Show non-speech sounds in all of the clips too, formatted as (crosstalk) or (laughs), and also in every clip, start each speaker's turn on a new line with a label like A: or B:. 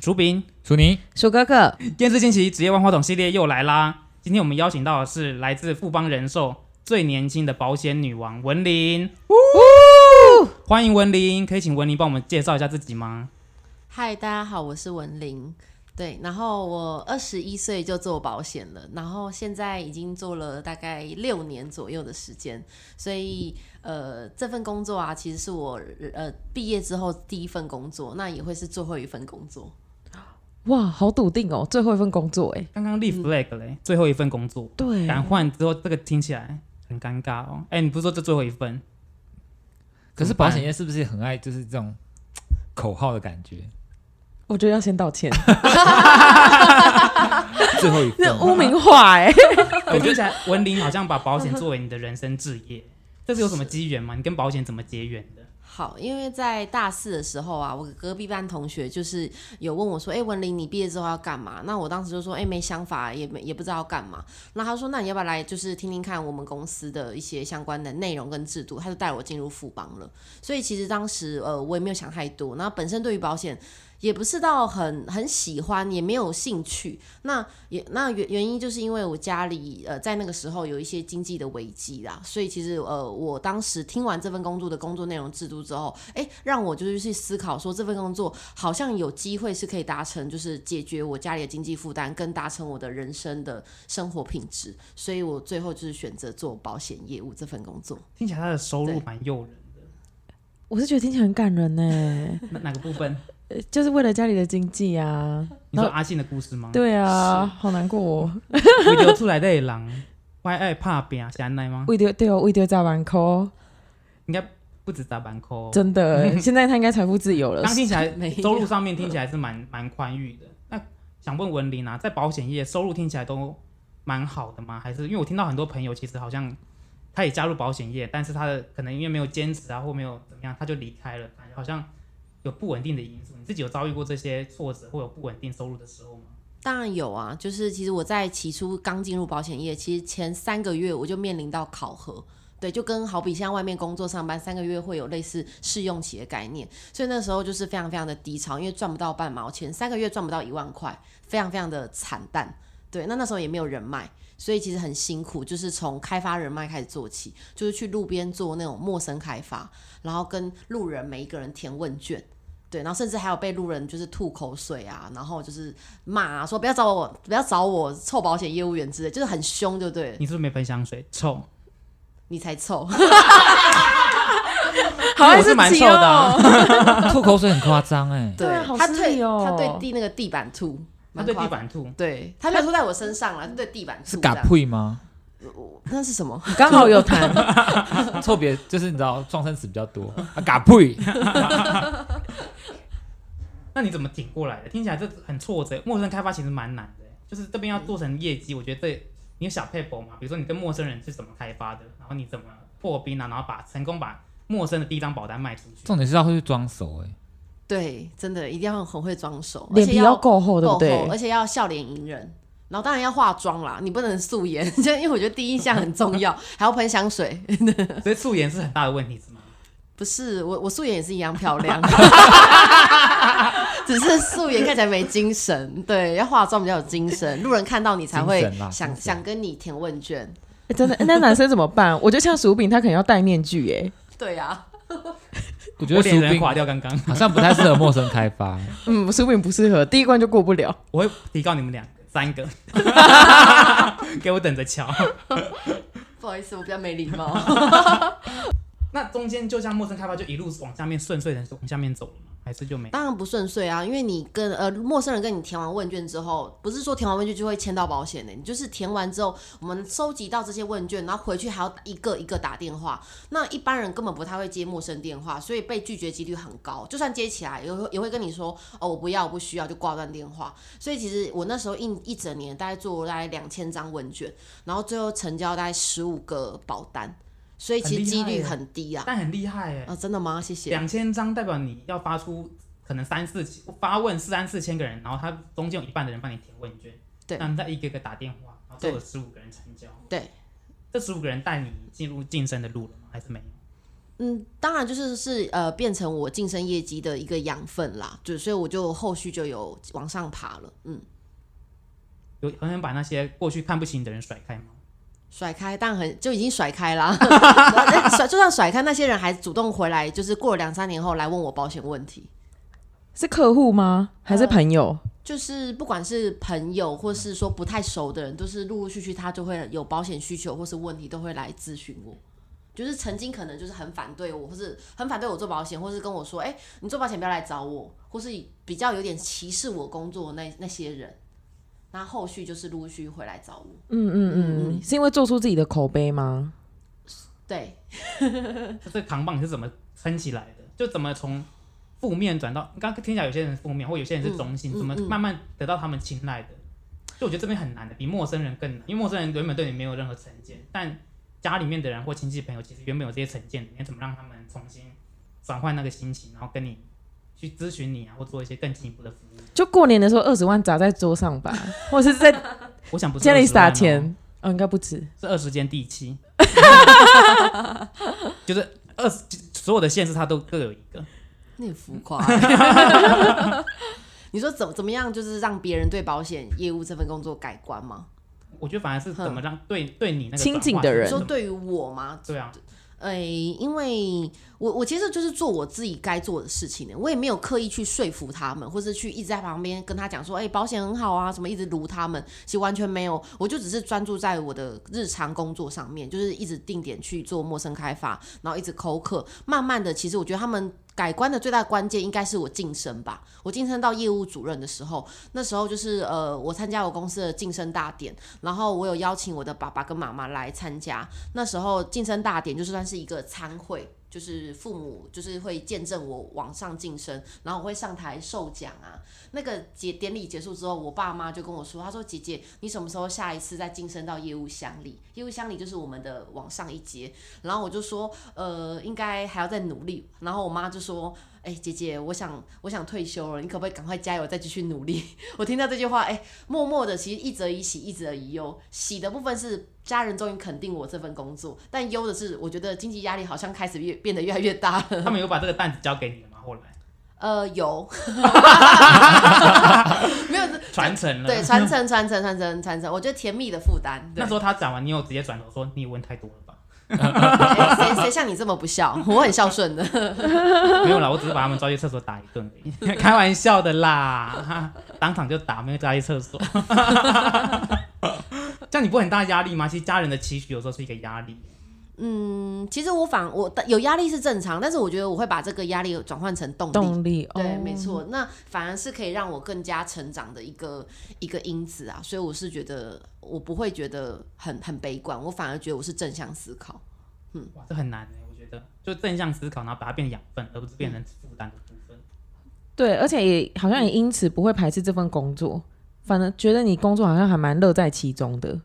A: 竹饼
B: 苏宁，
C: 鼠哥哥，
A: 电视惊奇职业万花筒系列又来啦！今天我们邀请到的是来自富邦人寿最年轻的保险女王文玲，欢迎文玲，可以请文玲帮我们介绍一下自己吗？
D: 嗨，大家好，我是文玲。对，然后我二十一岁就做保险了，然后现在已经做了大概六年左右的时间，所以呃，这份工作啊，其实是我呃毕业之后第一份工作，那也会是最后一份工作。
C: 哇，好笃定哦，最后一份工作哎，
A: 刚刚立 flag 嘞，最后一份工作，
C: 对
A: 敢换之后，这个听起来很尴尬哦。哎，你不是说这最后一
C: (laughs)
A: 份？
B: 可是
A: 怎么办
B: 保险业是不是很爱就是这种口号的感觉？
C: 我觉得要先道歉，
B: 最后一份
C: 那污名化哎，
A: 我听起来文玲好像把保险作为你的人生置业，这是有什么机缘吗？你跟保险怎么结缘的？
D: 好，因为在大四的时候啊，我隔壁班同学就是有问我说：“哎、文玲，你毕业之后要干嘛？”那我当时就说：“哎、没想法，也没也不知道要干嘛。”那他说：“那你要不要来，就是听听看我们公司的一些相关的内容跟制度？”他就带我进入富邦了。所以其实当时呃，我也没有想太多。那本身对于保险也不是到很很喜欢，也没有兴趣。那也那原原因就是因为我家里呃在那个时候有一些经济的危机啦，所以其实呃我当时听完这份工作的工作内容制度之后，哎，让我就是去思考说这份工作好像有机会是可以达成，就是解决我家里的经济负担，跟达成我的人生的生活品质，所以我最后就是选择做保险业务这份工作。
A: 听起来他的收入
D: 对
A: 蛮诱人
C: (laughs) 我是觉得听起来很感人哎，
A: 的，哪哪个部分？
C: 呃就是为了家里的经济啊，
A: 你说阿信的故事吗？
C: 对啊，好难过哦，
A: 为流出来的人，我爱怕拼是安奈吗？
C: 为丢对哦，为丢砸碗扣，
A: 应该不止砸板扣。
C: 真的哎，现在他应该财富自由了
A: 刚，听起来
D: 没有
A: 收入上面听起来是蛮蛮宽裕的。那想问文林啊，在保险业收入听起来都蛮好的吗？还是因为我听到很多朋友其实好像他也加入保险业，但是他的可能因为没有兼职啊，或没有怎么样，他就离开了，感觉好像有不稳定的因素。你自己有遭遇过这些挫折或有不稳定收入的时候吗？
D: 当然有啊，就是其实我在起初刚进入保险业，其实前三个月我就面临到考核。对，就跟好比像外面工作上班三个月会有类似试用期的概念，所以那时候就是非常非常的低潮，因为赚不到半毛钱，三个月赚不到一万块，非常非常的惨淡。对，那那时候也没有人脉，所以其实很辛苦，就是从开发人脉开始做起，就是去路边做那种陌生开发，然后跟路人每一个人填问卷，对，然后甚至还有被路人就是吐口水啊，然后就是骂啊、说不要找我，不要找我臭保险业务员之类，就是很凶，对不对了？
A: 你是不是没喷香水？臭，
D: 你才臭，
C: 好
A: 因为
C: 爱
A: 我是
C: 自
A: 蛮
C: 己
A: 瘦的啊
C: 哦，
B: (laughs) 吐口水很夸张哎，
C: 对啊好
D: 他
C: 失礼
D: 对
C: 哦
D: 他对地那个地板吐，
A: 他
D: 蛮
A: 对
D: 夸
A: 地板吐，
D: 对他没有吐在我身上了，他对地板吐
B: 是
D: 这
B: 嘎
D: 样
B: 呸吗？
D: 我那是什么？ (laughs)
C: 刚好有谈，
B: 臭别就是你知道撞生词比较多啊，嘎呸，
A: 那你怎么挺过来的？听起来这很挫折。陌生开发其实蛮难的，就是这边要做成业绩，我觉得这你有小 paper 嘛？比如说你跟陌生人是怎么开发的，然后你怎么破冰啊，然后把成功把陌生的第一张保单卖出去。
B: 重点是要会去装熟哎，
D: 对，真的一定要很会装熟，而
C: 脸
D: 且
C: 皮要够厚，对不
D: 够厚而
C: 对？
D: 且要笑脸迎人。然后当然要化妆啦，你不能素颜， (laughs) 就因为我觉得第一印象很重要，还要喷香水。 (laughs)
A: 所以素颜是很大的问题，是吗？
D: 不是我，我素颜也是一样漂亮， (laughs) 只是素颜看起来没精神。对，要化妆比较有精神，路人看到你才会
B: 精神啦
D: 想
B: 精神
D: 想跟你填问卷。
C: 哎真的，那男生怎么办？我觉得像薯饼，他可能要戴面具哎，
D: 对啊，
B: 我觉
A: 我
B: 得
A: 脸
B: 薯
A: 人
B: 饼
A: 垮掉刚刚，
B: 好像不太适合陌生开发，
A: (laughs)
C: 嗯，薯饼不适合，第一关就过不了。
A: 我会提高你们两个三个， (laughs) 给我等着瞧。
D: 不好意思，我比较没礼貌。
A: 那中间就像陌生开发就一路往下面顺遂的往下面走了吗？还是就没？
D: 当然不顺遂啊，因为你跟呃陌生人跟你填完问卷之后，不是说填完问卷就会签到保险的、你就是填完之后，我们收集到这些问卷，然后回去还要一个一个打电话。那一般人根本不太会接陌生电话，所以被拒绝几率很高。就算接起来，也会也会跟你说哦，我不要，我不需要，就挂断电话。所以其实我那时候一一整年大概做了大概两千张问卷，然后最后成交大概十五个保单，所以其实
A: 很厉
D: 几
A: 害
D: 率
A: 欸
D: 很低啊。
A: 但很厉害哎、
D: 啊，真的吗？谢谢。
A: 两千张代表你要发出可能三四千发问四三四千个人，然后他中间有一半的人帮你填问卷，
D: 对
A: 那你再一个一个打电话，然后都
D: 对
A: 有十五个人成交，
D: 对，
A: 这十五个人带你进入晋升的路了吗？还是没有？
D: 嗯，当然就是是呃，变成我晋升业绩的一个养分啦，就所以我就后续就有往上爬了，嗯，
A: 有很想把那些过去看不起你的人甩开吗？
D: 甩开，但很就已经甩开啦， (laughs) 甩就算甩开，那些人还主动回来，就是过了两三年后来问我保险问题，
C: 是客户吗？还是朋友？
D: 就是不管是朋友或是说不太熟的人，都是陆陆续续他就会有保险需求或是问题都会来咨询我。就是曾经可能就是很反对我，或是很反对我做保险，或是跟我说：“哎、你做保险不要来找我。”或是比较有点歧视我工作的那那些人，那后续就是陆续会来找我。
C: 嗯嗯
D: 嗯
C: 嗯，是因为做出自己的口碑吗？
D: 对，
A: 这个扛棒你是怎么撑起来的？就怎么从负面转到？刚刚听起来有些人负面，或有些人是中性，
D: 嗯嗯
A: 怎么
D: 嗯
A: 慢慢得到他们青睐的？就我觉得这边很难的，比陌生人更难，因为陌生人原本对你没有任何成见，但家里面的人或亲戚朋友其实原本有这些成见，你怎么让他们重新转换那个心情，然后跟你去咨询你啊，或做一些更进一步的服务？
C: 就过年的时候，二十万砸在桌
A: (laughs)
C: 上吧，或者是在
A: 我想不是
C: 家里
A: 20万
C: 撒
A: 哦
C: 钱，哦，应该不止。
A: 是二十间地契， (laughs) 就是二十所有的县市它都各有一个。
D: 你很浮夸、 (laughs) 你说怎么怎么样，就是让别人对保险业务这份工作改观吗？
A: 我觉得反而是怎么让对对你那个
C: 亲
A: 转
C: 近
A: 化
C: 的
A: 是
C: 人
A: 怎
D: 说
A: 么
D: 对于我吗？
A: 对
D: (laughs)
A: 啊，
D: 哎、因为我我其实就是做我自己该做的事情的，我也没有刻意去说服他们，或是去一直在旁边跟他讲说，哎、保险很好啊，什么一直撸他们，其实完全没有，我就只是专注在我的日常工作上面，就是一直定点去做陌生开发，然后一直口渴，慢慢的，其实我觉得他们。改观的最大关键应该是我晋升吧。我晋升到业务主任的时候，那时候就是呃，我参加我公司的晋升大典，然后我有邀请我的爸爸跟妈妈来参加。那时候晋升大典就是算是一个参会，就是父母就是会见证我往上晋升，然后我会上台授奖啊。那个节典礼结束之后，我爸妈就跟我说，他说：“姐姐，你什么时候下一次再晋升到业务乡里？业务乡里就是我们的往上一阶。”然后我就说：“呃，应该还要再努力。”然后我妈就说。哎、姐姐，我想我想退休了，你可不可以赶快加油，再继续努力？ (laughs) 我听到这句话，哎、默默的，其实一则以喜，一则以忧。喜的部分是家人终于肯定我这份工作，但忧的是，我觉得经济压力好像开始越变得越来越大了。 (laughs)
A: 他们有把这个担子交给你了吗？后来
D: 呃，有， (laughs) 没有
A: 传承了。
D: 对传承传承传承传承，我觉得甜蜜的负担。
A: (laughs)
D: 对
A: 那时候他讲完，你有直接转头说你问太多了
D: (laughs)
A: 吧？
D: 哎谁谁像你这么不孝？我很孝顺的。
A: 没有啦，我只是把他们抓去厕所打一顿而已，开玩笑的啦，当场就打，没有抓去厕所。 (laughs) 这样你不会很大压力吗？其实家人的期许有时候是一个压力。
D: 嗯，其实我反我有压力是正常，但是我觉得我会把这个压力转换成动力。
C: 动力，
D: 对，
C: 哦
D: 没。错，那反而是可以让我更加成长的一个一个因子啊，所以我是觉得我不会觉得很很悲观，我反而觉得我是正向思考。
A: 哇，这很难哎、我觉得就正向思考，然后把它变成养分，而不是变成负担的部分。
C: 对，而且也好像也因此不会排斥这份工作，反而觉得你工作好像还蛮乐在其中的。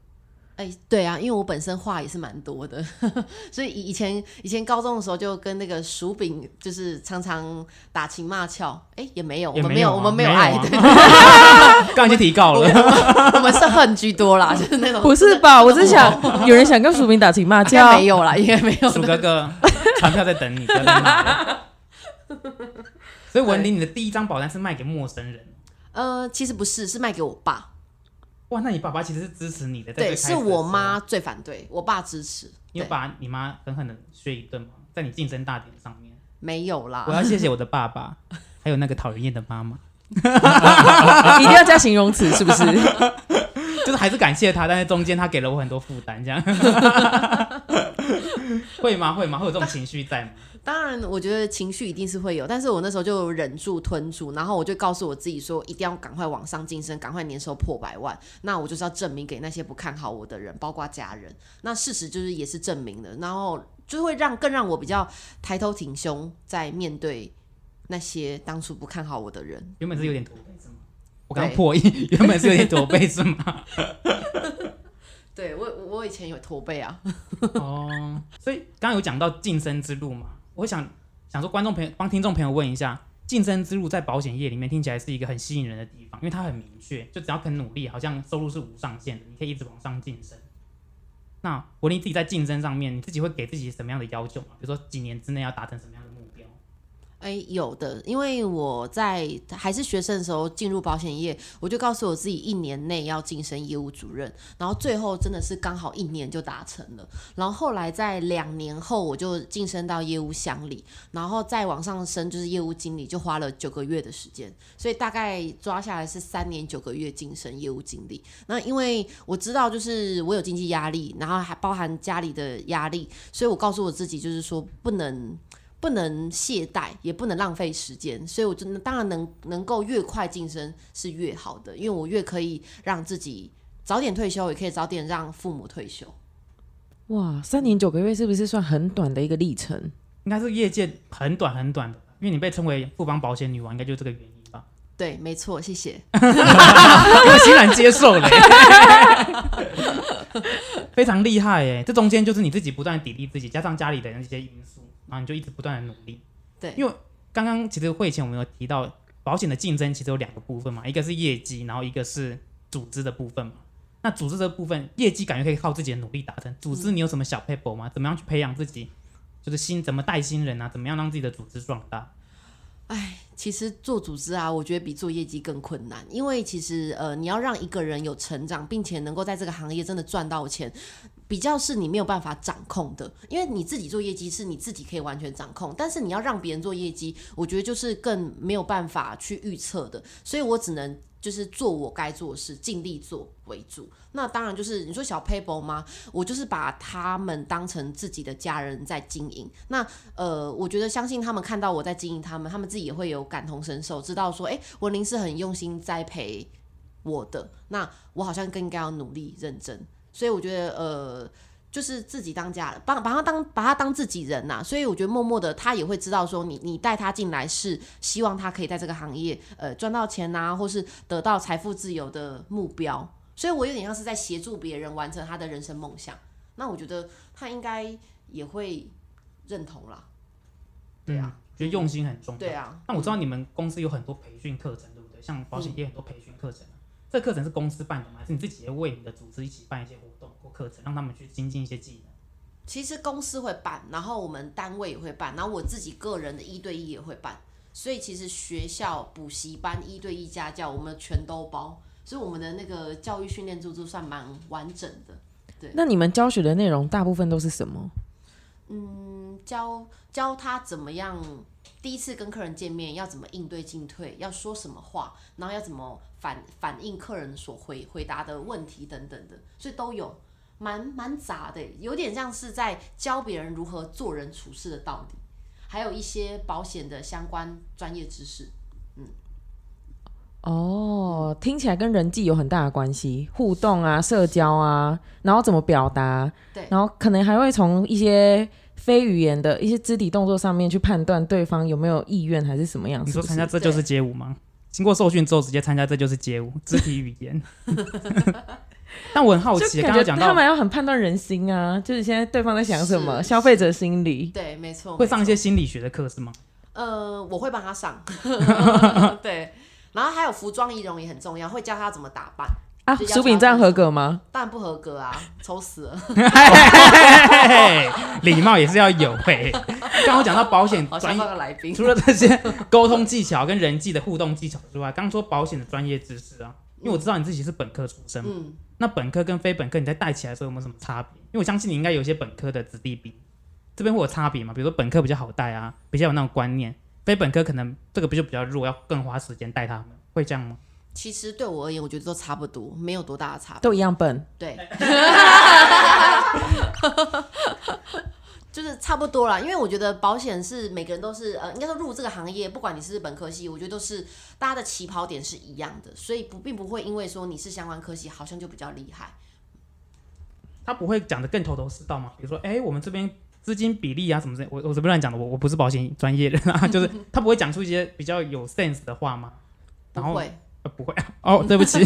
D: 哎、对啊，因为我本身话也是蛮多的， (laughs) 所以以以前以前高中的时候就跟那个薯饼就是常常打情骂俏，哎、也没有，
A: 也
D: 我们
A: 没有啊
D: 我们没有
A: 没有
D: 爱，
A: 啊 (laughs)
D: 对，(laughs)
A: 刚、已经提告了，
D: 我们是恨居多啦， (laughs) 就是那种
C: 不是吧？我是想有人想跟署名打情骂
D: 哦应该
C: 俏
D: 没，有啦， (laughs) 应该没
A: (laughs)
D: 有
A: 鼠哥哥，传票在等你。真的所以文林，你的第一张保单是卖给陌生人，
D: 呃，其实不是，是卖给我爸，
A: 哇，那你爸爸其实是支持你的，在最
D: 对，
A: 开始
D: 是
A: 的时候
D: 我妈，最反对，我爸支持，
A: 你有
D: 对，
A: 把你妈狠狠的削一顿吗？在你晋升大典上面，
D: 没有啦
A: 我，要谢谢我的爸
D: (laughs)
A: 爸，还有那个讨人厌的妈妈，
C: (laughs) 一定要加形容词，是不是？
A: 就是还是感谢他，但是中间他给了我很多负担，
D: (laughs)
A: 这样会吗？会吗？会有这种情绪在吗？
D: 当然，我觉得情绪一定是会有，但是我那时候就忍住吞住，然后我就告诉我自己说，一定要赶快往上晋升，赶快年收破百万。那我就是要证明给那些不看好我的人，包括家人。那事实就是也是证明了，然后就会让更让我比较抬头挺胸，在面对那些当初不看好我的人。
A: 原本是有点驼背是吗？我刚
D: 对
A: 破译，原本是有点驼背是吗？
D: 对我，我我以前有驼背啊，
A: 哦，所以刚刚有讲到晋升之路嘛，我想想说观众朋友帮听众朋友问一下，晋升之路在保险业里面听起来是一个很吸引人的地方，因为它很明确，就只要肯努力，好像收入是无上限的，你可以一直往上晋升。那文林自己在竞争上面，你自己会给自己什么样的要求吗？比如说几年之内要达成什么样的目标？
D: 哎，有的，因为我在还是学生的时候进入保险业，我就告诉我自己一年内要晋升业务主任，然后最后真的是刚好一年就达成了。然后后来在两年后，我就晋升到业务乡里，然后再往上升就是业务经理，就花了九个月的时间，所以大概抓下来是三年九个月晋升业务经理。那因为我知道就是我有经济压力，然后还包含家里的压力，所以我告诉我自己就是说不能。不能懈怠，也不能浪费时间，所以我真的当然能能够越快晋升是越好的，因为我越可以让自己早点退休，也可以早点让父母退休。
C: 哇，三年九个月是不是算很短的一个历程？
A: 应该是业界很短很短的，因为你被称为富邦保险女王，应该就是这个原因吧？
D: 对，没错，谢谢。
A: 我欣然接受嘞， (laughs) 非常厉害哎！这中间就是你自己不断砥砺自己，加上家里的那些因素，然后你就一直不断的努力。
D: 对
A: 因为刚刚其实会前我们有提到保险的竞争其实有两个部分嘛，一个是业绩，然后一个是组织的部分嘛。那组织的部分，业绩感觉可以靠自己的努力达成。组织你有什么小 paper 吗？怎么样去培养自己？就是新怎么带新人啊？怎么样让自己的组织壮大？
D: 其实做组织啊，我觉得比做业绩更困难，因为其实呃，你要让一个人有成长，并且能够在这个行业真的赚到钱。比较是你没有办法掌控的，因为你自己做业绩是你自己可以完全掌控，但是你要让别人做业绩，我觉得就是更没有办法去预测的，所以我只能就是做我该做的事，尽力做为主。那当然就是你说小 paper 吗？我就是把他们当成自己的家人在经营。那呃，我觉得相信他们看到我在经营他们，他们自己也会有感同身受，知道说，哎，文林是很用心栽培我的，那我好像更应该要努力认真。所以我觉得，呃，就是自己当家人，把把他当把他当自己人呐、所以我觉得，默默的他也会知道说你，你带他进来是希望他可以在这个行业，呃，赚到钱呐、或是得到财富自由的目标。所以我有点像是在协助别人完成他的人生梦想。那我觉得他应该也会认同啦。对啊，
A: 嗯，觉得用心很重要。
D: 对啊，
A: 那我知道你们公司有很多培训课程，对不对？像保险业很多培训课程啊，这课程是公司办的吗？还是你自己也为你的组织一起办一些活动或课程，让他们去精进一些技能？
D: 其实公司会办，然后我们单位也会办，然后我自己个人的一对一也会办。所以其实学校、补习班、一对一家教，我们全都包。所以我们的那个教育训练制度算蛮完整的。
C: 那你们教学的内容大部分都是什么？
D: 嗯，教教他怎么样，第一次跟客人见面要怎么应对进退，要说什么话，然后要怎么反反映客人所回回答的问题等等的，所以都有，蛮蛮杂的，有点像是在教别人如何做人处事的道理，还有一些保险的相关专业知识。
C: 哦，听起来跟人际有很大的关系，互动啊、社交啊，然后怎么表达，
D: 对
C: 然后可能还会从一些非语言的一些肢体动作上面去判断对方有没有意愿还是什么样
A: 你
C: 子
A: 说。参加这就是街舞吗？经过受训之后直接参加这就是街舞，肢体语
C: (laughs)
A: 言。 (laughs) 但我很好奇，啊
C: 就
A: 刚
C: 感
A: 刚
C: 觉
A: 讲
C: 他
A: 到
C: 们要很判断人心啊，就是现在对方在想什么，
D: 是
C: 消费者心理。
D: 对，没错。
A: 会上一
D: 没错
A: 些心理学的课是
C: (laughs)
A: 吗？ (laughs)
D: 呃，我会帮他上， (laughs) 对。然后还有服装仪容也很重要，会教他怎么打扮，
C: 啊，
D: 就要
C: 薯饼这样合格吗？
D: 当然不合格啊，丑死了。
A: 嘿礼貌也是要有嘿。刚刚讲到保险
D: 好
A: 专
D: 像
A: 业
D: 那，个来宾。
A: 除了这些沟通技巧跟人际的互动技巧之外，刚说保险的专业知识啊，因为我知道你自己是本科出身嘛，
D: 嗯，
A: 那本科跟非本科你在带起来的时候有没有什么差别？因为我相信你应该有一些本科的子弟兵，这边会有差别嘛？比如说本科比较好带啊，比较有那种观念，非本科可能这个就比较弱，要更花时间带他们，会这样吗？
D: 其实对我而言，我觉得都差不多，没有多大的差别。
C: 都一样笨，
B: (laughs)
D: 对，就是差不多啦。因为我觉得保险是每个人都是呃，应该说入这个行业，不管你是本科系，我觉得都是大家的起跑点是一样的，所以不并不会因为说你是相关科系，好像就比较厉害。
A: 他不会讲的更头头是道嘛？比如说，哎、我们这边资金比例啊什么之类，我我随便乱讲的，我我不是保险专业人啊，就是他不会讲出一些比较有 sense 的话吗？
D: 不
A: 然后
D: 会，
A: 呃不会哦，对不起，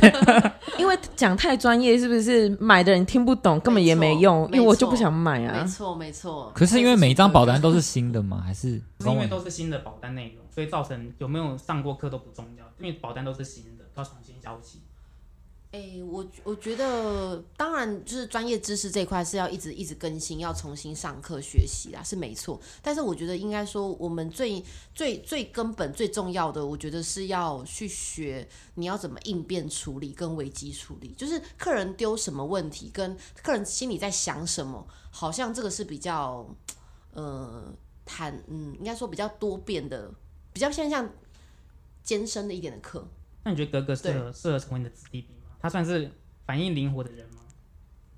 C: 因为讲太专业，是不是买的人听不懂，根本也没用
D: 没，错
C: 因为我就不想买
D: 没
C: 啊。
D: 错没错。
B: 可是因为每一张
D: 这是
B: 保单都是新的吗？还是
A: 是因为都是新的保单内容，所以造成有没有上过课都不重要，因为保单都是新的，要重新交起。
D: 诶、哎我我觉得，当然就是专业知识这一块是要一直一直更新，要重新上课学习啦，是没错。但是我觉得应该说，我们最最最根本、最重要的，我觉得是要去学你要怎么应变处理跟危机处理，就是客人丢什么问题，跟客人心里在想什么，好像这个是比较呃谈嗯，应该说比较多变的，比较偏向艰深的一点的课。
A: 那你觉得格格适合适合成为你的子弟兵吗？他算是反应灵活的人吗？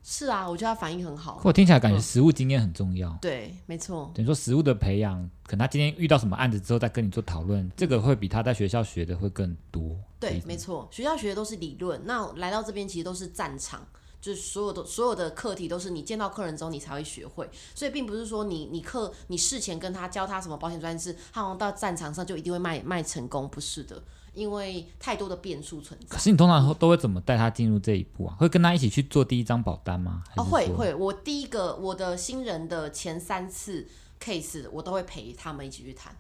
D: 是啊，我觉得他反应很好。
B: 我听起来感觉实务经验很重要。
D: 对，没错。
B: 等于说实务的培养，可能他今天遇到什么案子之后再跟你做讨论，这个会比他在学校学的会更多。
D: 对，没错，学校学的都是理论，那来到这边其实都是战场，就是所有的所有的课题都是你见到客人之后你才会学会，所以并不是说你你课你事前跟他教他什么保险专业，他好像到战场上就一定会卖卖成功，不是的，因为太多的变数存在
B: 可。是你通常都会怎么带他进入这一步啊？会跟他一起去做第一张保单吗？还
D: 哦，
B: 是
D: 会
B: 说。
D: 会，我第一个我的新人的前三次 case，我都会陪他们一起去谈，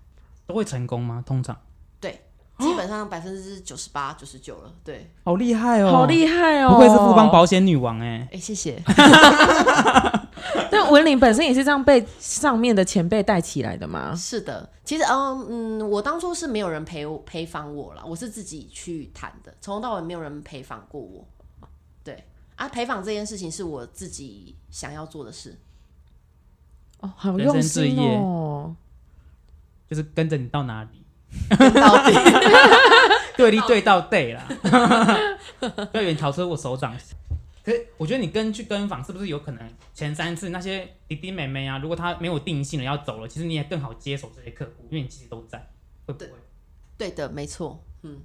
A: 都会成功吗？通常
D: 基本上百分之九十八、九十九了。对，
A: 好厉害哦，
C: 好厉害哦！
A: 不愧是富邦。保险女王哎、
D: 哎，谢谢。
C: (laughs) 但文玲本身也是这样被上面的前辈带起来的嘛。
D: 是的，其实嗯嗯，我当初是没有人陪我陪访我了，我是自己去谈的，从头到尾没有人陪访过我。对啊，陪访这件事情是我自己想要做的事。 (laughs)
C: 哦，好
A: 人生
C: 用
A: 置
C: 心
A: 业
C: 哦。
A: 就是跟着你到哪里，
D: 到底
A: 对立对到 day 啦， (laughs) 不要远逃出我手掌心。可是我觉得你跟去跟访是不是有可能前三次那些弟弟妹妹啊，如果他没有定性了要走了，其实你也更好接手这些客户，因为你其实都在，会不会？
D: 对的，没错。嗯，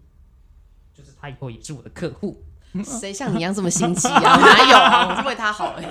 A: 就是他以后也是我的客户，
D: 谁像你一样这么心机啊？ (laughs) 哪有啊？我是为他好哎、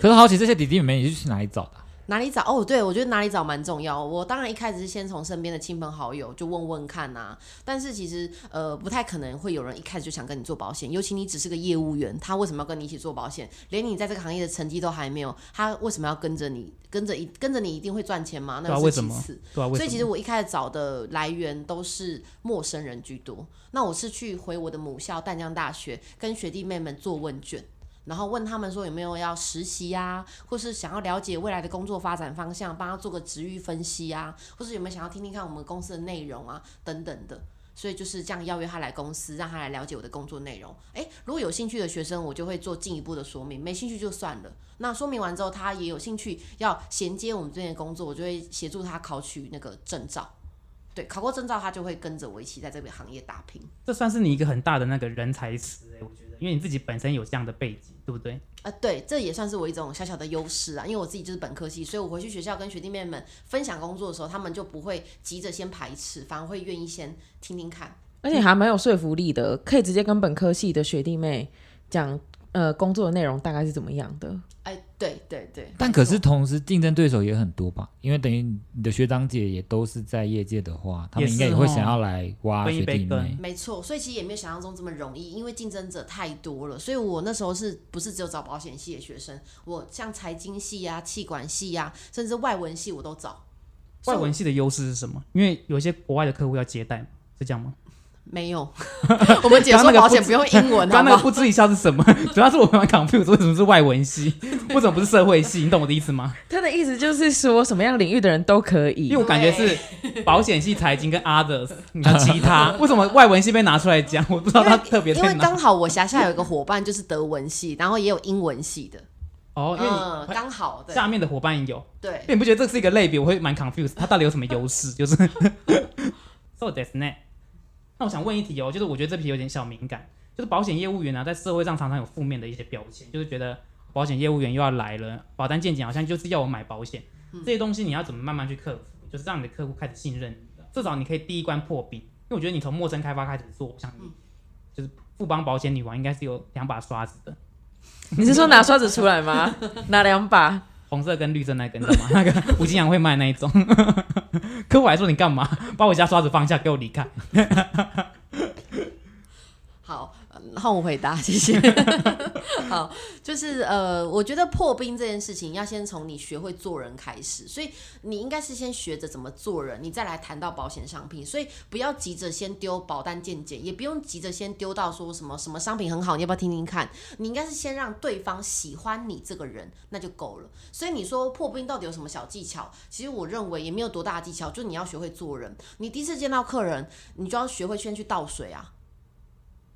B: 可是好奇这些弟弟妹妹你是去哪里找的啊、
D: 哪里找？哦，对，我觉得哪里找蛮重要。我当然一开始是先从身边的亲朋好友就问问看呐、但是其实呃不太可能会有人一开始就想跟你做保险，尤其你只是个业务员，他为什么要跟你一起做保险？连你在这个行业的成绩都还没有，他为什么要跟着你？跟着一跟着你一定会赚钱吗？那
A: 对啊
D: 又
A: 为什
D: 是其
A: 么
D: 次。
A: 对啊，为
D: 所以其
A: 什
D: 实
A: 么？
D: 我一开始找的来源都是陌生人居多。那我是去回我的母校淡江大学，跟学弟妹们做问卷，然后问他们说有没有要实习啊，或是想要了解未来的工作发展方向，帮他做个职域分析啊，或是有没有想要听听看我们公司的内容啊等等的。所以就是这样邀约他来公司，让他来了解我的工作内容。诶，如果有兴趣的学生，我就会做进一步的说明；没兴趣就算了。那说明完之后，他也有兴趣要衔接我们这边的工作，我就会协助他考取那个证照。对，考过证照，他就会跟着我一起在这个行业打拼。
A: 这算是你一个很大的那个人才池哎、我觉得，因为你自己本身有这样的背景，对不对？
D: 啊，对，这也算是我一种小小的优势啊，因为我自己就是本科系，所以我回去学校跟学弟妹们分享工作的时候，他们就不会急着先排斥，反而会愿意先听听看。
C: 而且还蛮有说服力的，可以直接跟本科系的学弟妹讲，呃，工作的内容大概是怎么样的。
D: 哎，对对对，
B: 但可是同时竞争对手也很多吧？因为等于你的学长姐也都是在业界的话，他们应该也会想要来挖
A: 也是
B: 学
A: 哦分一杯
B: 弟
A: 羹
B: 妹。
D: 没错，所以其实也没有想象中这么容易，因为竞争者太多了。所以我那时候是不是只有找保险系的学生？我像财经系啊、气管系啊，甚至外文系我都找。
A: 外文
D: 所以
A: 系的优势是什么？因为有一些国外的客户要接待嘛，是这样吗？
D: 我没有， (laughs) 我们解
A: 刚刚那
D: 说
A: 个
D: 保险
A: 不
D: 不用英文，好
A: (laughs) 刚刚那
D: 不
A: 个
D: 好？
A: 不知一笑是什么？ (laughs) 主要是我蛮 confused，为什么是外文
D: (laughs)
A: 系，为什么不是社会系？你懂我的意思吗？
C: 他的意思就是说，什么样领域的人都可
A: 因
C: (laughs) 以
A: 为。我感觉是保险系、财经跟 others，你看其
D: (laughs)
A: 他，为什么外文系被拿出来讲？我不知道它特别
D: 因为
A: 在哪。
D: 刚好我辖下有一个伙伴就是德文系，然后也有英文系的，
A: 哦，因为
D: 嗯，
A: 你
D: 刚好对
A: 下面的伙伴也有，因
D: 对
A: 为你不觉得这是一个类别？我会蛮 confused，它到底有什么优势？就是 so that's net。那我想问一题哦，就是我觉得这题有点小敏感，就是保险业务员啊，在社会上常常有负面的一些标签，就是觉得保险业务员又要来了，保单见解好像就是要我买保险，这些东西你要怎么慢慢去克服？就是让你的客户开始信任你的，至少你可以第一关破冰，因为我觉得你从陌生开发开始做，我想你就是富邦保险女王应该是有两把刷子的，
C: 你是说拿刷子出来 (laughs) 吗？拿两把？ (laughs)
A: 红色跟绿色那根，你知道吗？那 (laughs) 个吴金阳会卖那一种。 (laughs) 可我还说你干 (laughs) 嘛？把我家刷子放下，给我离开。
D: 好，嗯换我回答，谢谢。好，就是呃，我觉得破冰这件事情要先从你学会做人开始，所以你应该是先学着怎么做人，你再来谈到保险商品。所以不要急着先丢保单见解，也不用急着先丢到说什么什么商品很好，你要不要听听看？你应该是先让对方喜欢你这个人，那就够了。所以你说破冰到底有什么小技巧？其实我认为也没有多大的技巧，就你要学会做人。你第一次见到客人，你就要学会先去倒水啊。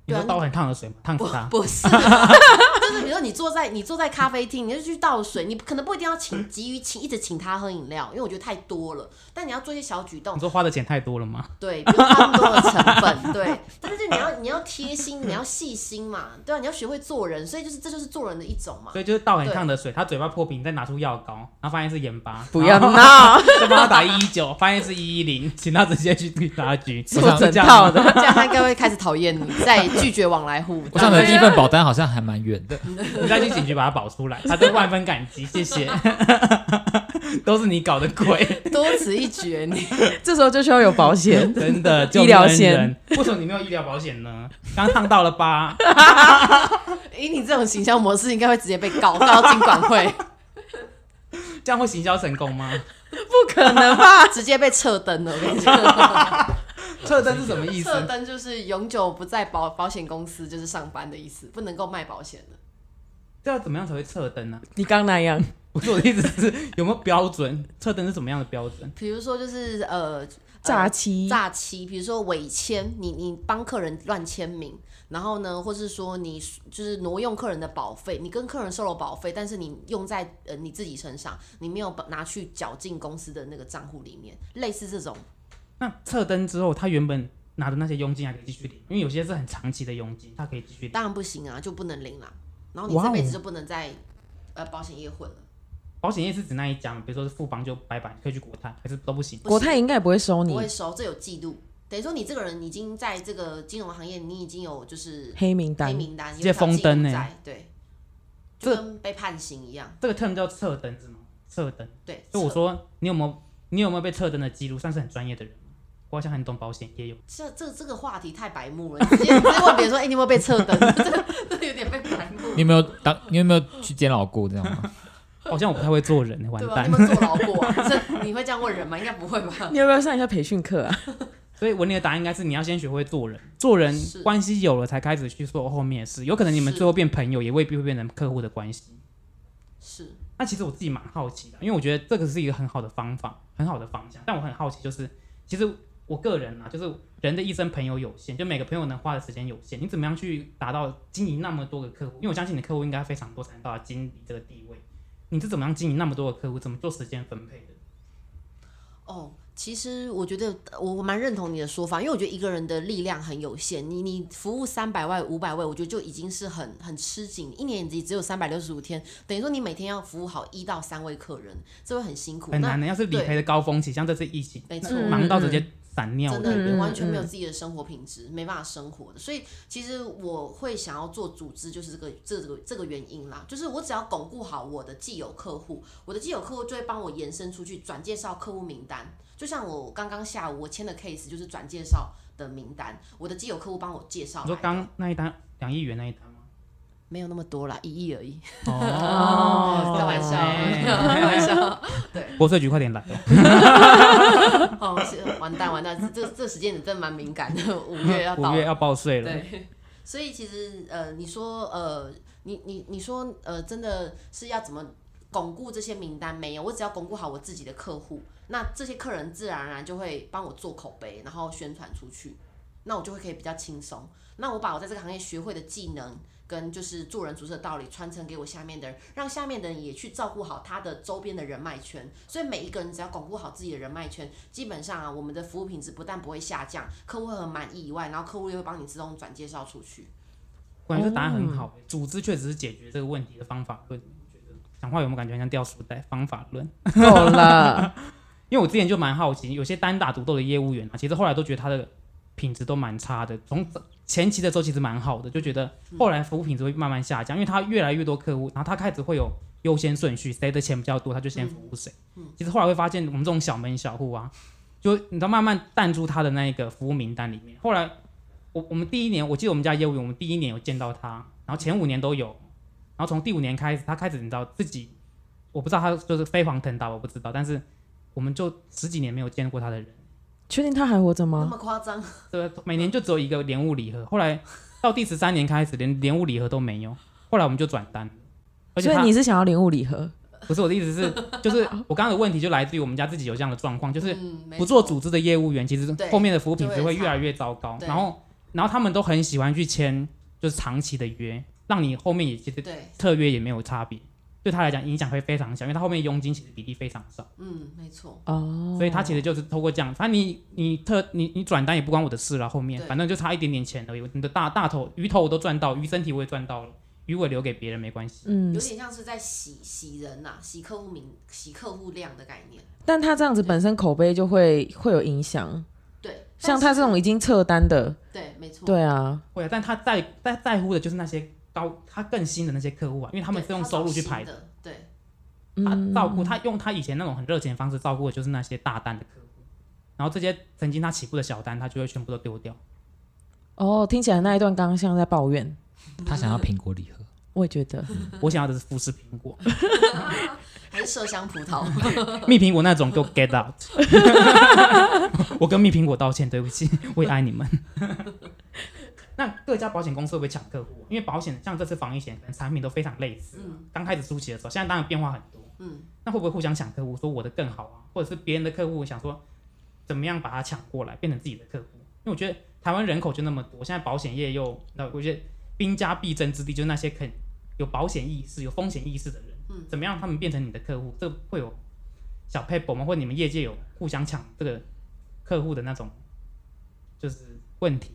A: 你
D: 对啊
A: 说倒很烫的水嘛，烫死
D: 不
A: 他。
D: 不是，就是比如说你坐在你坐在咖啡厅，你就去倒水，你可能不一定要请急于请一直请他喝饮料，因为我觉得太多了。但你要做一些小举动
A: 你，说花的钱太多了
D: (laughs)
A: 吗？
D: 对，不用花那么多的成本，对。但是就你要你要贴心，你要细心嘛，对啊，你要学会做人，所以就是这就是做人的一种嘛。
A: 所以就是倒很烫的水，他嘴巴破皮，你再拿出药膏，然后发现是盐巴，
C: (laughs) 不要
A: 然后
C: 闹，
A: 再帮他打一一九，发现是一一零， (laughs) 请他直接去警察
C: (laughs)
A: 局
C: 做
A: 我想
C: 整
A: 是这样
C: 套
A: 吗
C: 的。
D: (laughs) 这样他应该会开始讨厌你，再 (laughs) 拒绝往来
C: (laughs)
D: 户。
B: 我想的第一份保单好像还蛮远的，
A: 你再去警局把他保出来，他都万分感
C: (laughs)
A: 激，谢谢。 (laughs) 都是你搞的
C: (laughs)
A: 鬼，
D: 多此一举，欸你
C: 啊这时候就需要有保险，
A: 真的。
C: 医疗
A: 救
C: 险
A: 命恩人，为什么你没有医疗保险呢？刚烫到了吧？
D: 以你这种行销模式，应该会直接被告告到金管会，
A: 这样会行销成功吗？
C: 不可能吧？
D: 直接被撤登了。我跟你讲。
A: (laughs) 撤灯是什么意
D: 撤
A: 思？
D: 登就是永久不在保保险公司就是上班的意思，不能够卖保险了。
A: 这要怎么样才会撤灯呢、
C: (laughs)
A: (laughs)
C: 你刚那 (laughs) 样，
A: 不是我的意思是有没有标准？ (laughs) 撤灯是什么样的标准？
D: 比如说就是呃
C: 诈
D: 呃
C: 欺，
D: 诈欺，比如说伪签，你你帮客人乱签名，然后呢，或是说你就是挪用客人的保费，你跟客人收了保费，但是你用在呃你自己身上，你没有把拿去缴进公司的那个账户里面，类似这种。
A: 那撤灯之后，他原本拿的那些佣金还可以继续领，因为有些是很长期的佣金，他可以继续领。
D: 当然不行啊，就不能领了。然后你
A: 哇
D: 这辈子
A: 哦
D: 就不能在呃保险业混了。
A: 保险业是指那一家嘛，比如说是富邦就拜拜，可以去国泰，还是都不行？
D: 不
C: 国
D: 行
C: 泰应该也不会收
D: 不
C: 你
D: 会收，这有记录。等于说你这个人已经在这个金融行业，你已经有就是
C: 黑名单
D: 黑。名单，
A: 直接封灯呢
D: 呢、对，
A: 这
D: 就跟被判刑一样。
A: 这个 term 叫撤灯是吗？撤灯。
D: 对，
A: 所以我说，你有没有你有没有被撤灯的记录？算是很专业的人吗我好像很懂保险业有。
D: 这这这个话题太白目了，你直接直接问别人说：“哎、你有没有被撤灯？” (laughs) 这这有点被白目，
B: 你有没有当你有没有去监牢过这样吗？
A: 好像我不太会做人，欸完
D: 对吧？
A: 蛋
D: 你。们坐牢过、啊， (laughs) 这你会这样问人吗？应该不会吧？ (laughs)
C: 你要不要上一下培训课啊？
A: 所以文丽的答案应该是你要先学会做人，做人
D: 是
A: 关系有了才开始去做后面的事。有可能你们
D: 是
A: 最后变朋友，也未必会变成客户的关系。
D: 是
A: 那其实我自己蛮好奇的，因为我觉得这个是一个很好的方法，很好的方向。但我很好奇，就是其实我个人啊，就是人的一生朋友有限，就每个朋友能花的时间有限，你怎么样去达到经营那么多个客户？因为我相信你的客户应该非常多，才能到达经理这个地位。你是怎么样经营那么多的客户？怎么做时间分配的？
D: 哦。其实我觉得我我蛮认同你的说法，因为我觉得一个人的力量很有限。你你服务三百位、五百位，我觉得就已经是很很吃紧。一年也只有三百六十五天，等于说你每天要服务好一到三位客人，这会很辛苦。
A: 很
D: 那
A: 难的。要是理赔的高峰期，像这次疫情，
D: 没
A: 那
D: 错
A: 忙到直接散尿
D: 嗯真的，
A: 对
D: 你
A: 不对
D: 完全没有
C: 嗯
D: 自己的生活品质，没办法生活的。所以其实我会想要做组织，就是这个这个这个原因啦。就是我只要巩固好我的既有客户，我的既有客户就会帮我延伸出去，转介绍客户名单。就像我刚刚下午我签的 case 就是转介绍的名单，我的既有客户帮我介绍来
A: 你
D: 的。
A: 说刚那一单两亿元那一单吗？
D: 没有那么多啦，一亿而已，
A: 哦
D: (laughs) 开玩笑，
A: (laughs)
D: 开
A: 哎
D: 玩笑。 (laughs) 对，
A: 国税局快点来哦！
D: 哦，是完蛋完蛋，这这这时间你真的蛮敏感的，五月要到
A: 五
D: 了
A: 月。要报税了，
D: 对，所以其实呃，你说呃，你你你说呃，真的是要怎么巩固这些名单？没有，我只要巩固好我自己的客户，那这些客人自然而然就会帮我做口碑，然后宣传出去，那我就会可以比较轻松。那我把我在这个行业学会的技能。跟就是做人处事的道理传承给我下面的人，让下面的人也去照顾好他的周边的人脉圈。所以每一个人只要巩固好自己的人脉圈，基本上啊，我们的服务品质不但不会下降，客户会很满意以外，然后客户又会帮你自动转介绍出去。
A: 果然这答案很好。欸组织确实是解决这个问题的方法论。我觉得讲话有没有感觉很像掉书袋？方法论，
C: (laughs) 够了，
A: 因为我之前就蛮好奇，有些单打独斗的业务员啊，其实后来都觉得他的品质都蛮差的。从前期的时候其实蛮好的，就觉得后来服务品质会慢慢下降，因为他越来越多客户，然后他开始会有优先顺序，谁的钱比较多，他就先服务谁。其实后来会发现，我们这种小门小户啊，就你知道慢慢淡出他的那一个服务名单里面。后来我我们第一年，我记得我们家业务员，我们第一年有见到他，然后前五年都有，然后从第五年开始，他开始你知道自己，我不知道他就是飞黄腾达，我不知道，但是我们就十几年没有见过他的人，
C: 确定他还活着
D: 那
C: 吗？
D: 么夸张，
A: 对，每年就只有一个莲雾礼盒，后来到第十三年开始，连莲雾礼盒都没有，后来我们就转单，而且
C: 所以
A: 他
C: 你是想要零物礼盒？
A: 不是我的意思是，就是我刚刚的问题就来自于我们家自己有这样的状况，就是
D: 嗯，没
A: 不做
D: 错
A: 组织的业务员，其实
D: 对
A: 后面的服务品
D: 就
A: 质
D: 会
A: 会
D: 差
A: 越来越糟糕。
D: 对
A: 然后，然后他们都很喜欢去签就是长期的约，让你后面也其实
D: 对，
A: 特约也没有差别。对他来讲，影响会非常小，因为他后面佣金其实比例非常少，
D: 嗯，没错，
C: 哦，
A: 所以他其实就是透过这样，反正你你特你你转单也不关我的事了，后面
D: 对
A: 反正就差一点点钱而已。你的大大头鱼头我都赚到，鱼身体我也赚到了，鱼尾留给别人没关系。
C: 嗯
D: 有，点像是在洗洗人呐、洗客户名、洗客户量的概念。
C: 但他这样子本身口碑就会会有影响，
D: 对，
C: 像
D: 但
C: 他
D: 是
C: 这种已经撤单的，
D: 对，没错，
C: 对啊，
A: 会啊，但他在在在乎的就是那些高他更新的那些客户啊，因为他
D: 他
A: 们是用收入去排的。
D: 的，对，
A: 他
C: 嗯，
A: 照顾他用他以前那种很热情的方式照顾的就是那些大单的客户，然后这些曾经他起步的小单，他就会全部都丢
C: (laughs)
A: 掉。
C: 哦，听起来那一段刚刚像在抱怨，
B: 他想要苹果礼盒，
C: 我也觉得，
A: 我想要的是富士苹果、
D: 还是麝香葡萄。
A: (laughs)
D: (laughs)
A: 蜜苹果那种，给我 get out！我跟蜜苹果道歉，对不
D: (laughs)
A: 起，我也爱你们。那各家保险公司会不会抢客户啊？因为保险像这次防疫险可能产品都非常类似，
D: 嗯
A: 刚开始初期的时候，现在当然变化很多。
D: 嗯，
A: 那会不会互相抢客户，说我的更好啊，或者是别人的客户想说怎么样把它抢过来，变成自己的客户？因为我觉得台湾人口就那么多，现在保险业又那我觉得兵家必争之地就是那些肯有保险意识、有风险意识的人，
D: 嗯
A: 怎么样他们变成你的客户？这会有小 paper 吗？或者你们业界有互相抢这个客户的那种就是问题？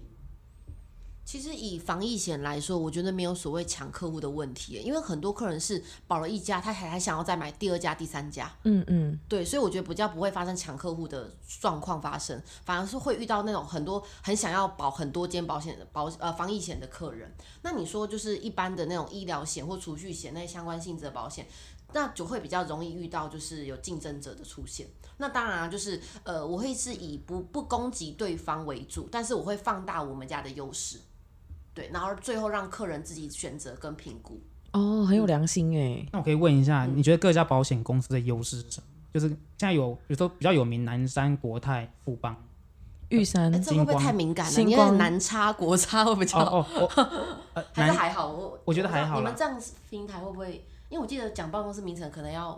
D: 其实以防疫险来说，我觉得没有所谓抢客户的问题，因为很多客人是保了一家，他还还想要再买第二家、第三家。
C: 嗯嗯，
D: 对，所以我觉得比较不会发生抢客户的状况发生，反而是会遇到那种很多很想要保很多间保险的保呃防疫险的客人。那你说就是一般的那种医疗险或储蓄险那些相关性质的保险，那就会比较容易遇到就是有竞争者的出现。那当然、啊、就是呃，我会是以不不攻击对方为主，但是我会放大我们家的优势，对，然后最后让客人自己选择跟评估。
C: 哦，很有良心哎，
A: 那我可以问一下，你觉得各家保险公司的优势是什么？就是现在有，比如说比较有名，南山、国泰、富邦。
C: 玉山
D: 哎，这会不
A: 星
D: 会
A: 光
D: 太敏感了？
C: 星
D: 你有点
C: 光
D: 南差国差会比较
A: 哦哦， (laughs) 哦呃
D: 还是
A: 南
D: 还好，我
A: 我觉得
D: 不知道
A: 还好啦
D: 你们这样子平台会不会？因为我记得讲办公室名称可能要，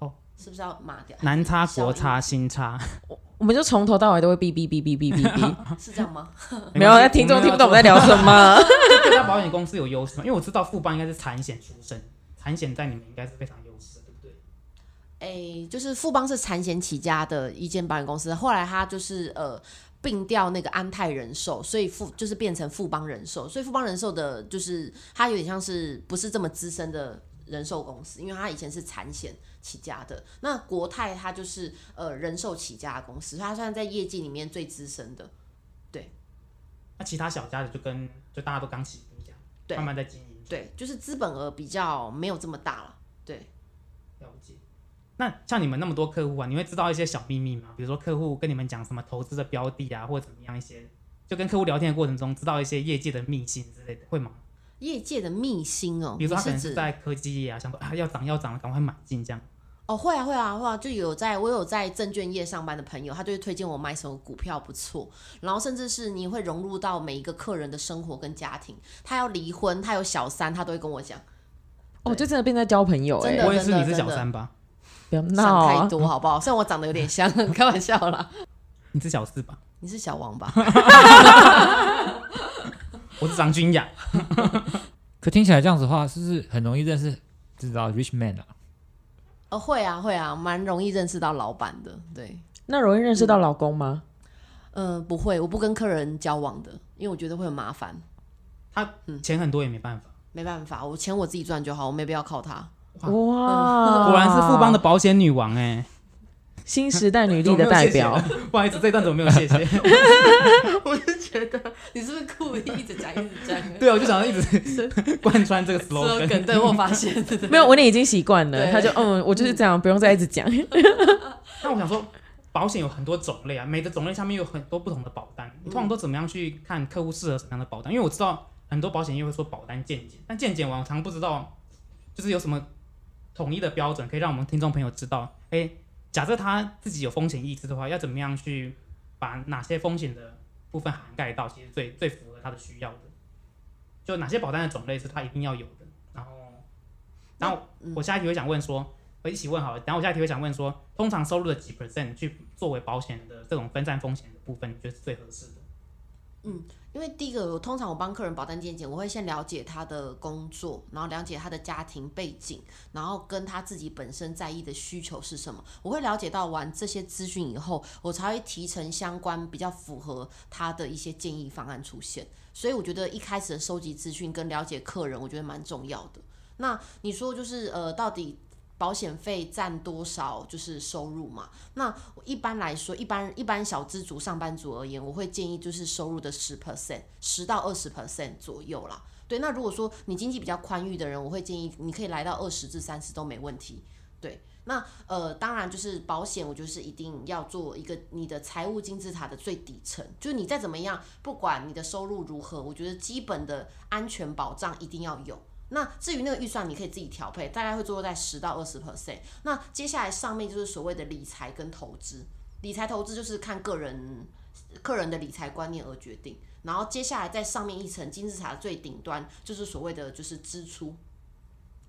A: 哦，
D: 是不是要码掉？
A: 南差
D: 小
A: 国
D: 英
A: 差新 (laughs) 差，
C: 我们就从头到尾都会哔哔哔哔哔
A: (laughs)
C: 哔哔。
D: 是这样吗？ (laughs)
C: 没有，啊那听众听不懂我们在聊什么。
A: 么。 (laughs) 各家保险公司有优势吗？因为我知道富邦应该是产险出身，产险在你们应该是非常优势的，对不对？
D: 诶，就是富邦是产险起家的一间保险公司，后来他就是呃并掉那个安泰人寿，所以富就是变成富邦人寿，所以富邦人寿的就是它有点像是不是这么资深的人寿公司，因为它以前是产险起家的。那国泰它就是呃人寿起家的公司，所以它算在业界里面最资深的。
A: 那其他小家的就跟就大家都刚起步这样，
D: 对
A: 慢慢在经营，
D: 对，就是资本额比较没有这么大了。对，
A: 了解。那像你们那么多客户啊，你会知道一些小秘密吗？比如说客户跟你们讲什么投资的标的啊，或者怎么样一些，就跟客户聊天的过程中知道一些业界的秘辛之类的，会吗？
D: 业界的秘辛哦，
A: 比如说他
D: 你
A: 可能
D: 是
A: 是
D: 指
A: 在科技业啊，想说啊要涨要涨，赶快买进这样。
D: 哦，会啊，会啊，会啊，就有在我有在证券业上班的朋友，他就会推荐我买什么股票不错，然后甚至是你会融入到每一个客人的生活跟家庭，他要离婚，他有小三，他都会跟我讲，
C: 哦，就真的变在交朋友哎、
D: 真的
A: 我也是，你是
D: 真的
A: 小三吧？
C: 不要闹
D: 想太
C: 啊！
D: 多好不好？虽然我长得有点像， (laughs) 开玩笑啦，
A: 你是小四吧？
D: 你是小王吧？ (laughs)
A: 我是张君雅。
B: 可听起来这样子的话，是不是很容易认识知道 rich man 啊？
D: 哦，会啊，会啊，蛮容易认识到老板的，对，
C: 那容易认识到老公吗？
D: 呃，不会，我不跟客人交往的，因为我觉得会很麻烦，
A: 钱很多也没办法。
D: 没办法，我钱我自己赚就好，我没必要靠他，
A: 哇
C: 哇，
D: 哦
A: 果然是富邦的保险女王哎、
C: 新时代女力的代表
A: 怎么。没有谢谢 (laughs) 了不好意思，这段怎么没有谢 (laughs) 谢？
D: (laughs) 我是觉得你是不是故意一直讲一直讲？
A: (laughs) 对啊，我就
D: (laughs)
A: 想要一 (laughs) 直贯穿这个 slogan。
D: 梗，对我发现，
A: (laughs)
D: (laughs)
C: 没有，我已经习惯了，
D: 对
C: 他就嗯，我就是这样，不用再一直讲。
A: 那我想说，保险有很多种类啊，每个种类下面有很多不同的保单。你通常都怎么样去看客户适合什么样的保单？因为我知道很多保险业会说保单健检，但健检完我常不知道，就是有什么统一的标准可以让我们听众朋友知道，哎、假设他自己有风险意识的话，要怎么样去把哪些风险的部分涵盖到，其实最最符合他的需要的，就哪些保单的种类是他一定要有的。然后，然后我下一题会想问说，我一起问好了。然后我下一题会想问说，通常收入的几 percent 去作为保险的这种分散风险的部分，你觉得是最合适的？
D: 因为第一个，我通常我帮客人保单健检，我会先了解他的工作，然后了解他的家庭背景，然后跟他自己本身在意的需求是什么。我会了解到完这些资讯以后，我才会提成相关比较符合他的一些建议方案出现。所以我觉得一开始的收集资讯跟了解客人，我觉得蛮重要的。那你说就是呃，到底保险费占多少就是收入嘛？那一般来说，一般一般小资族、上班族而言，我会建议就是收入的十 percent，十到二十 percent 左右啦。对，那如果说你经济比较宽裕的人，我会建议你可以来到二十至三十都没问题。对，那呃，当然就是保险，我就是一定要做一个你的财务金字塔的最底层，就是你再怎么样，不管你的收入如何，我觉得基本的安全保障一定要有。那至于那个预算，你可以自己调配，大概会做在十到二十 percent。那接下来上面就是所谓的理财跟投资，理财投资就是看个人个人的理财观念而决定。然后接下来在上面一层金字塔最顶端就是所谓的就是支出，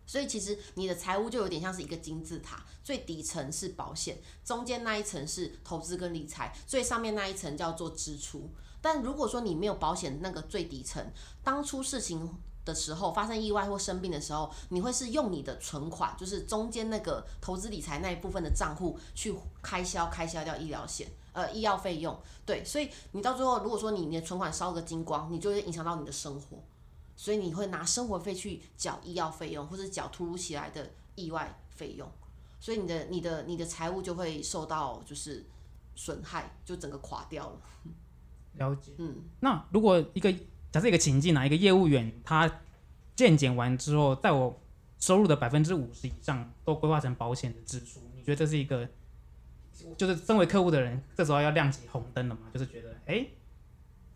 D: 所以其实你的财务就有点像是一个金字塔，最底层是保险，中间那一层是投资跟理财，最上面那一层叫做支出。但如果说你没有保险那个最底层，当出事情的时候，发生意外或生病的时候，你会是用你的存款，就是中间那个投资理财那一部分的账户去开销，开销掉医疗险，呃，医药费用。对，所以你到最后，如果说你你的存款烧个精光，你就会影响到你的生活，所以你会拿生活费去缴医药费用，或者缴突如其来的意外费用，所以你的你的你的财务就会受到就是损害，就整个垮掉了。
A: 了解。
D: 嗯，
A: 那如果一个假设一个情境啊，一个业务员他健检完之后，在我收入的百分之五十以上都规划成保险的支出，你觉得这是一个，就是身为客户的人，这时候要亮起红灯了嘛？就是觉得哎、诶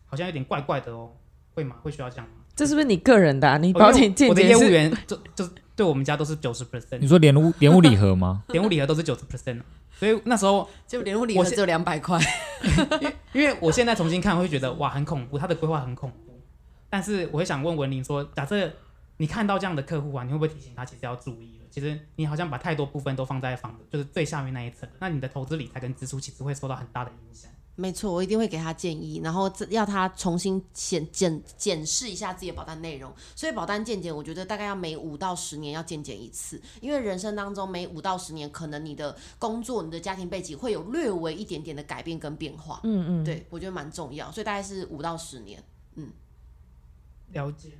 A: 好像有点怪怪的哦，会吗？会需要这样吗？
C: (laughs) 这是不是你个人的、啊？你保
A: 哦因为
C: 险
A: 我
C: 健
A: 我的
C: 检
A: 业务
C: 是
A: 员就就是对我们家都是九十
C: (laughs)
A: percent，
B: 你说连屋连屋礼盒吗？ (laughs)
A: 连物礼盒都是九十 percent，所以那时候
D: 就连我
A: 理
D: 理
A: 合
D: 只有两百块。
A: 因为我现在重新看，我会觉得哇，很恐怖，他的规划很恐怖。但是我会想问文玲说，假设你看到这样的客户啊，你会不会提醒他其实要注意了？其实你好像把太多部分都放在房子，就是最下面那一层，那你的投资理财跟支出其实会受到很大的影响。
D: 没错，我一定会给他建议，然后这要他重新检检检视一下自己的保单内容。所以保单健检，我觉得大概要每五到十年要健检一次，因为人生当中每五到十年，可能你的工作、你的家庭背景会有略微一点点的改变跟变化。
C: 嗯嗯，
D: 对，我觉得蛮重要，所以大概是五到十年。
A: 了解，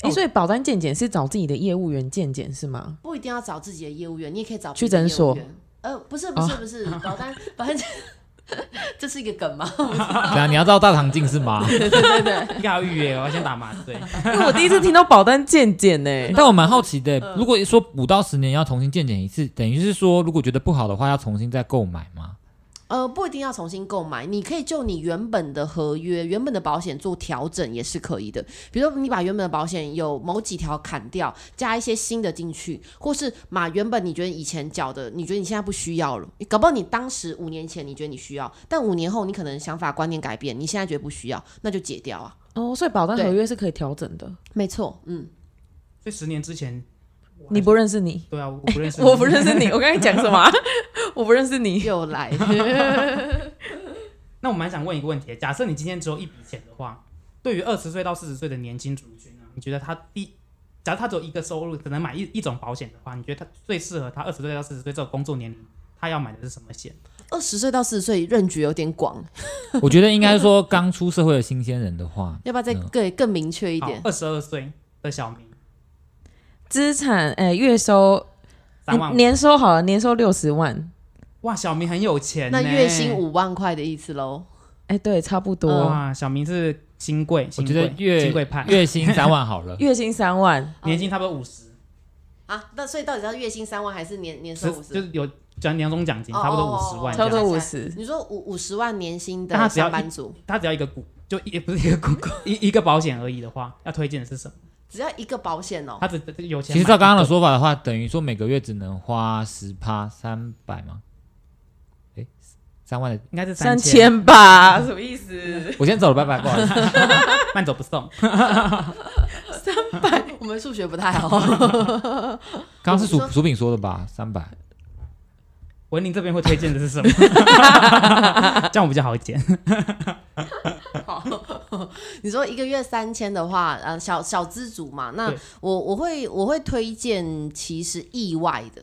C: 哎、所以保单健检是找自己的业务员健检是
D: (laughs)
C: 吗？
D: 不一定要找自己的业务员，你也可以找别的
C: 去诊所哦
D: 业务员。呃，不是不是不是，保单 (laughs) 保单，这是一个梗吗？
B: 对啊，你要照大堂镜是吗？
A: 应 (laughs) 该要预约哦，要先打麻醉。
C: 因为我第一次听到保单健检呢、
B: (laughs) 但我
D: 嗯
B: 蛮好奇的，如果说五到十年要重新健检一次，等于是说如果觉得不好的话，要重新再购买吗？
D: 呃，不一定要重新购买，你可以就你原本的合约、原本的保险做调整也是可以的。比如说，你把原本的保险有某几条砍掉，加一些新的进去，或是把原本你觉得以前缴的，你觉得你现在不需要了，搞不好你当时五年前你觉得你需要，但五年后你可能想法观念改变，你现在觉得不需要，那就解掉啊。
C: 哦，所以保单
D: 对
C: 合约是可以调整的。
D: 没错，嗯，
A: 所以十年之前，我还
C: 你不认识你，
A: 对啊，我不认
C: (laughs)
A: 识，
C: 我不认识你，我刚才讲什么啊？我不认识
D: (laughs)
C: 你。
D: 又来。
A: 那我蛮想问一个问题：假设你今天只有一笔钱的话，对于二十岁到四十岁的年轻族群呢、你觉得他第，假如他只有一个收入，只能买一一种保险的话，你觉得他最适合他二十岁到四十岁这种工作年龄，他要买的是什么险？
D: 二十岁到四十岁任局有点广，
B: 我觉得应该是说刚出社会的新鲜人的话，
D: 要不要再
B: 嗯
D: 更更明确一
A: 好
D: 点，？
A: 二十二岁的小明，
C: 资产哎、月收
A: 三万
C: 你
A: 五，
C: 年收好了，年收六十万，
A: 哇，小明很有钱、
D: 那
A: 呢。
D: 月薪五万块的意思喽。
C: 哎、对，差不多。，
A: 哇，小明是新贵，
B: 我
A: 新
B: 觉得
A: 贵，
B: 月
A: 新贵派，
B: 月薪三万
A: (laughs)
B: 好了
C: 月薪三万，
A: 年薪差不多五十，
D: 啊，那所以到底是要月薪三万还是年年
A: 十
D: 收五
A: 就
D: 十？
A: 是有奖年终奖金差不多
D: 哦
A: 五
D: 哦
A: 十万
D: 哦
A: 这
C: 差
A: 样，
C: 不多五十，
D: 你说五五十万年薪的
A: 但他只要
D: 上班族，
A: 他只要一个股，就也不是一个股， (laughs) 一一个保险而已的话，要推荐的是什么？
D: 只要一个保险
A: (laughs)
D: 哦、
A: 他只有钱。
B: 其实照刚刚的，说法的话，等于说每个月只能花十趴三百吗？哎，三万的，
A: 应该是
C: 三
A: 千，
C: 千吧？什么意
B: (laughs)
C: 思？
B: 我先走了，拜拜，不好意思。
A: 慢走不送。 (laughs)
D: 我们数学不太好。 (laughs)
B: 刚刚是薯
D: 我说
B: 薯饼说的吧？三百，
A: 文林这边会推荐的是什么？ (laughs) 这样我比较好剪。
D: 好，你说一个月三千的话，呃，小小资族嘛，那
A: 对
D: 我我会我会推荐其实意外的，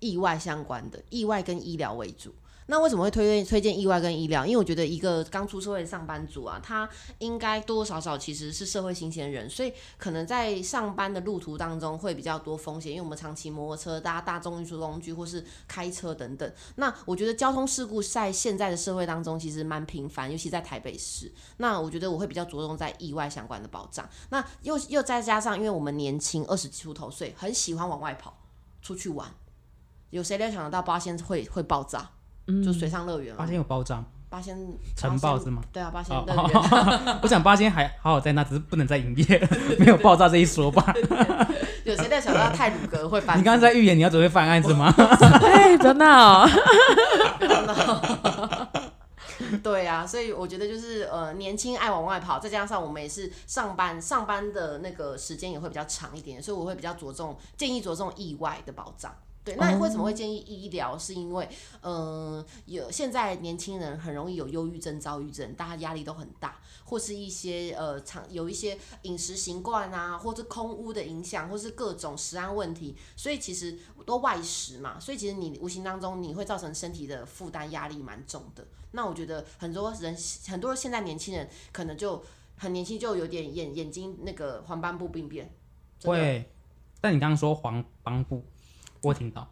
D: 意外相关的，意外跟医疗为主。那为什么会推荐推荐意外跟医疗？因为我觉得一个刚出社会的上班族啊，他应该多多少少其实是社会新鲜人，所以可能在上班的路途当中会比较多风险，因为我们长期摩托车、搭大众运输工具或是开车等等。那我觉得交通事故在现在的社会当中其实蛮频繁，尤其在台北市。那我觉得我会比较着重在意外相关的保障。那又又再加上，因为我们年轻二十出头岁，很喜欢往外跑，出去玩。有谁料想得到八仙会会爆炸？就水上乐园
A: 嗯八
D: 嘛
A: 仙，有爆炸，
D: 八仙
A: 晨爆是吗？
D: 对啊，八仙
A: 哦
D: 乐园。
A: 哦，我想八仙还好好在那，只是不能再营业， (laughs) 没有爆炸这一说吧？
D: 有谁料想到泰鲁格会翻？
A: 你刚刚在预言你要准备犯案是吗？
C: 哎，不要闹！
D: (laughs) 对啊，所以我觉得就是呃，年轻爱往外跑，再加上我们也是上班，上班的那个时间也会比较长一点，所以我会比较着重建议着重意外的保障。对，
A: 哦
D: 那为什么会建议医疗？是因为，嗯，有现在年轻人很容易有忧郁症、躁郁症，大家压力都很大，或是一些呃长有一些饮食习惯啊，或是空污的影响，或是各种食安问题，所以其实都外食嘛，所以其实你无形当中你会造成身体的负担压力蛮重的。那我觉得很多人很多现在年轻人可能就很年轻就有点眼眼睛那个黄斑部病变，真的
A: 会。但你刚刚说黄帮布，我听到。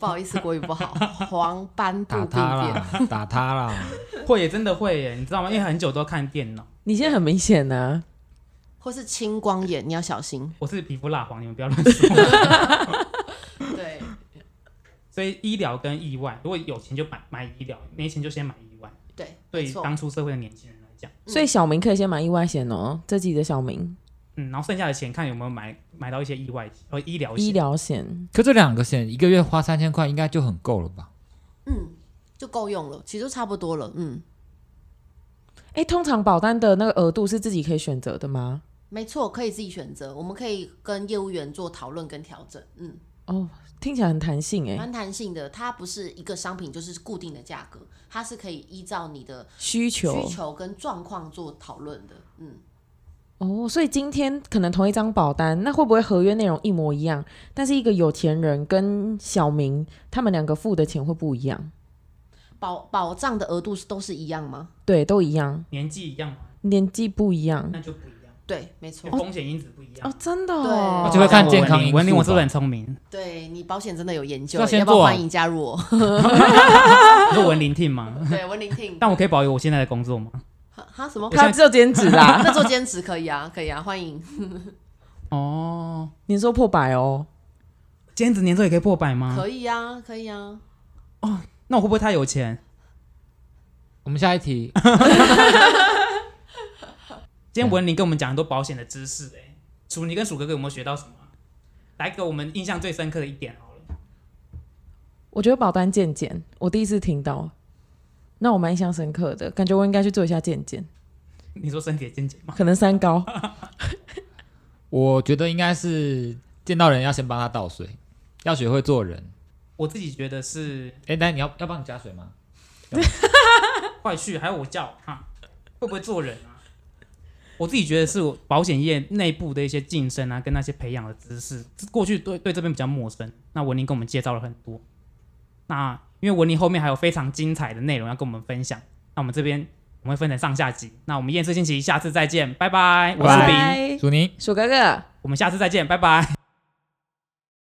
D: 不好意思，国语不好，黄斑部
B: 打
D: 病
B: 他
D: 变。
B: 啦，打他啦。
A: 会耶，真的会耶，你知道吗？因为很久都看电脑，
C: 你现在很明显啊呢、
D: 或是青光眼，你要小心。
A: 我是皮肤蜡黄，你们不要乱说。 (laughs)
D: 对，
A: 所以医疗跟意外，如果有钱就买买医疗，没钱就先买意外。
D: 对，
A: 对
D: 没
A: 于
D: 错。
A: 当初社会的年轻人来讲，
C: 所以小明可以先买意外险哦，这集的小明
A: 嗯，然后剩下的钱看有没有买买到一些意外和医疗险
C: 医疗险，
B: 可这两个险一个月花三千块，应该就很够了吧？
D: 嗯，就够用了，其实就差不多了。嗯，
C: 哎、通常保单的那个额度是自己可以选择的吗？
D: 没错，可以自己选择，我们可以跟业务员做讨论跟调整。嗯，
C: 哦，听起来很弹性
A: 啊
C: 哎、
D: 蛮弹性的，它不是一个商品就是固定的价格，它是可以依照你的
C: 需
D: 需
C: 求
D: 求跟状况做讨论的。嗯，
C: 哦，所以今天可能同一张保单，那会不会合约内容一模一样，但是一个有钱人跟小明他们两个付的钱会不一样？
D: 保保障的额度是都是一样吗？
C: 对，都一样，
A: 年纪一样吗？
C: 年纪不一样
A: 那就不一样，
D: 对，没错
B: 哦
A: 因为。风险因子不一样
C: 嗯哦。，真的
D: 对
C: 哦，
B: 就会看健康
A: 文林
B: 因素
A: 文林，我是不
B: 吧
A: 是很聪
D: (laughs)
A: 明？
D: 对你保险真的有研究，
B: 要先
D: 要不要
B: 做啊
D: 欢迎加入
B: (laughs)
D: 我？
A: (laughs) 你是文林 team 吗？
D: 对，文玲
B: (laughs)
D: 听。
A: 但我可以保有我现在的工作吗？
D: 哈哈什么？ (laughs)
C: 他只有兼职啦。
A: (laughs)
D: 那做兼职可以啊，可以啊，欢迎。
A: 哦，
C: 你说破百哦，
A: 兼职年终也可以破百
B: 嗯
A: 吗？
D: 可以啊，可以啊。
A: 那我会不会太有钱？
B: 我们下一题，
A: 今天文林跟我们讲很多保险的知识、欸，哎，楚你跟鼠哥哥有没有学到什么啊？来给我们印象最深刻的一点好了。
C: 我觉得保单健检，我第一次听到，那我蛮印象深刻的，感觉我应该去做一下健检，
A: 你说身体的健检吗？
C: 可能三高。
B: 我觉得应该是见到人要先帮他倒水，要学会做人。
A: 我自己觉得是
B: 哎，那你要要帮你加水吗？
A: 快去，还有我叫哈，会不会做人啊？我自己觉得是我保险业内部的一些晋升啊，跟那些培养的知识，过去对对这边比较陌生。那文林跟我们介绍了很多，那因为文林后面还有非常精彩的内容要跟我们分享，那我们这边我们会分成上下集。那我们验尸星期一下次再见，拜拜，我是
B: 拜
A: 林，
C: 拜，
B: 楚宁。
C: 鼠哥哥。
A: 我们下次再见，拜拜。